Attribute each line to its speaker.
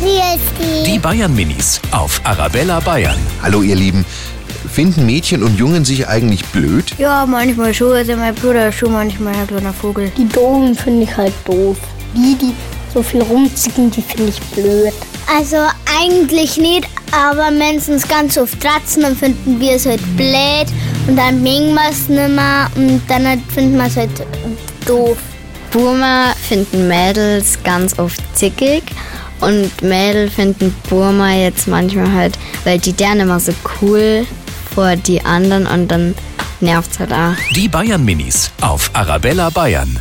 Speaker 1: Grüß
Speaker 2: Die Bayern Minis auf Arabella Bayern.
Speaker 3: Hallo ihr Lieben, finden Mädchen und Jungen sich eigentlich blöd?
Speaker 4: Ja, manchmal schon. Also mein Bruder ist schon manchmal halt ein kleiner Vogel.
Speaker 5: Die Doofen finde ich halt doof. Die, die so viel rumzicken, die finde ich blöd.
Speaker 1: Also eigentlich nicht, aber wenn sie uns ganz oft tratzen, dann finden wir es halt blöd und dann mögen wir es nicht mehr und dann halt finden wir es halt doof.
Speaker 6: Burma finden Mädels ganz oft zickig und Mädel finden Burma jetzt manchmal halt, weil die deren immer so cool vor die anderen und dann nervt's halt auch.
Speaker 2: Die Bayern Minis auf Arabella Bayern.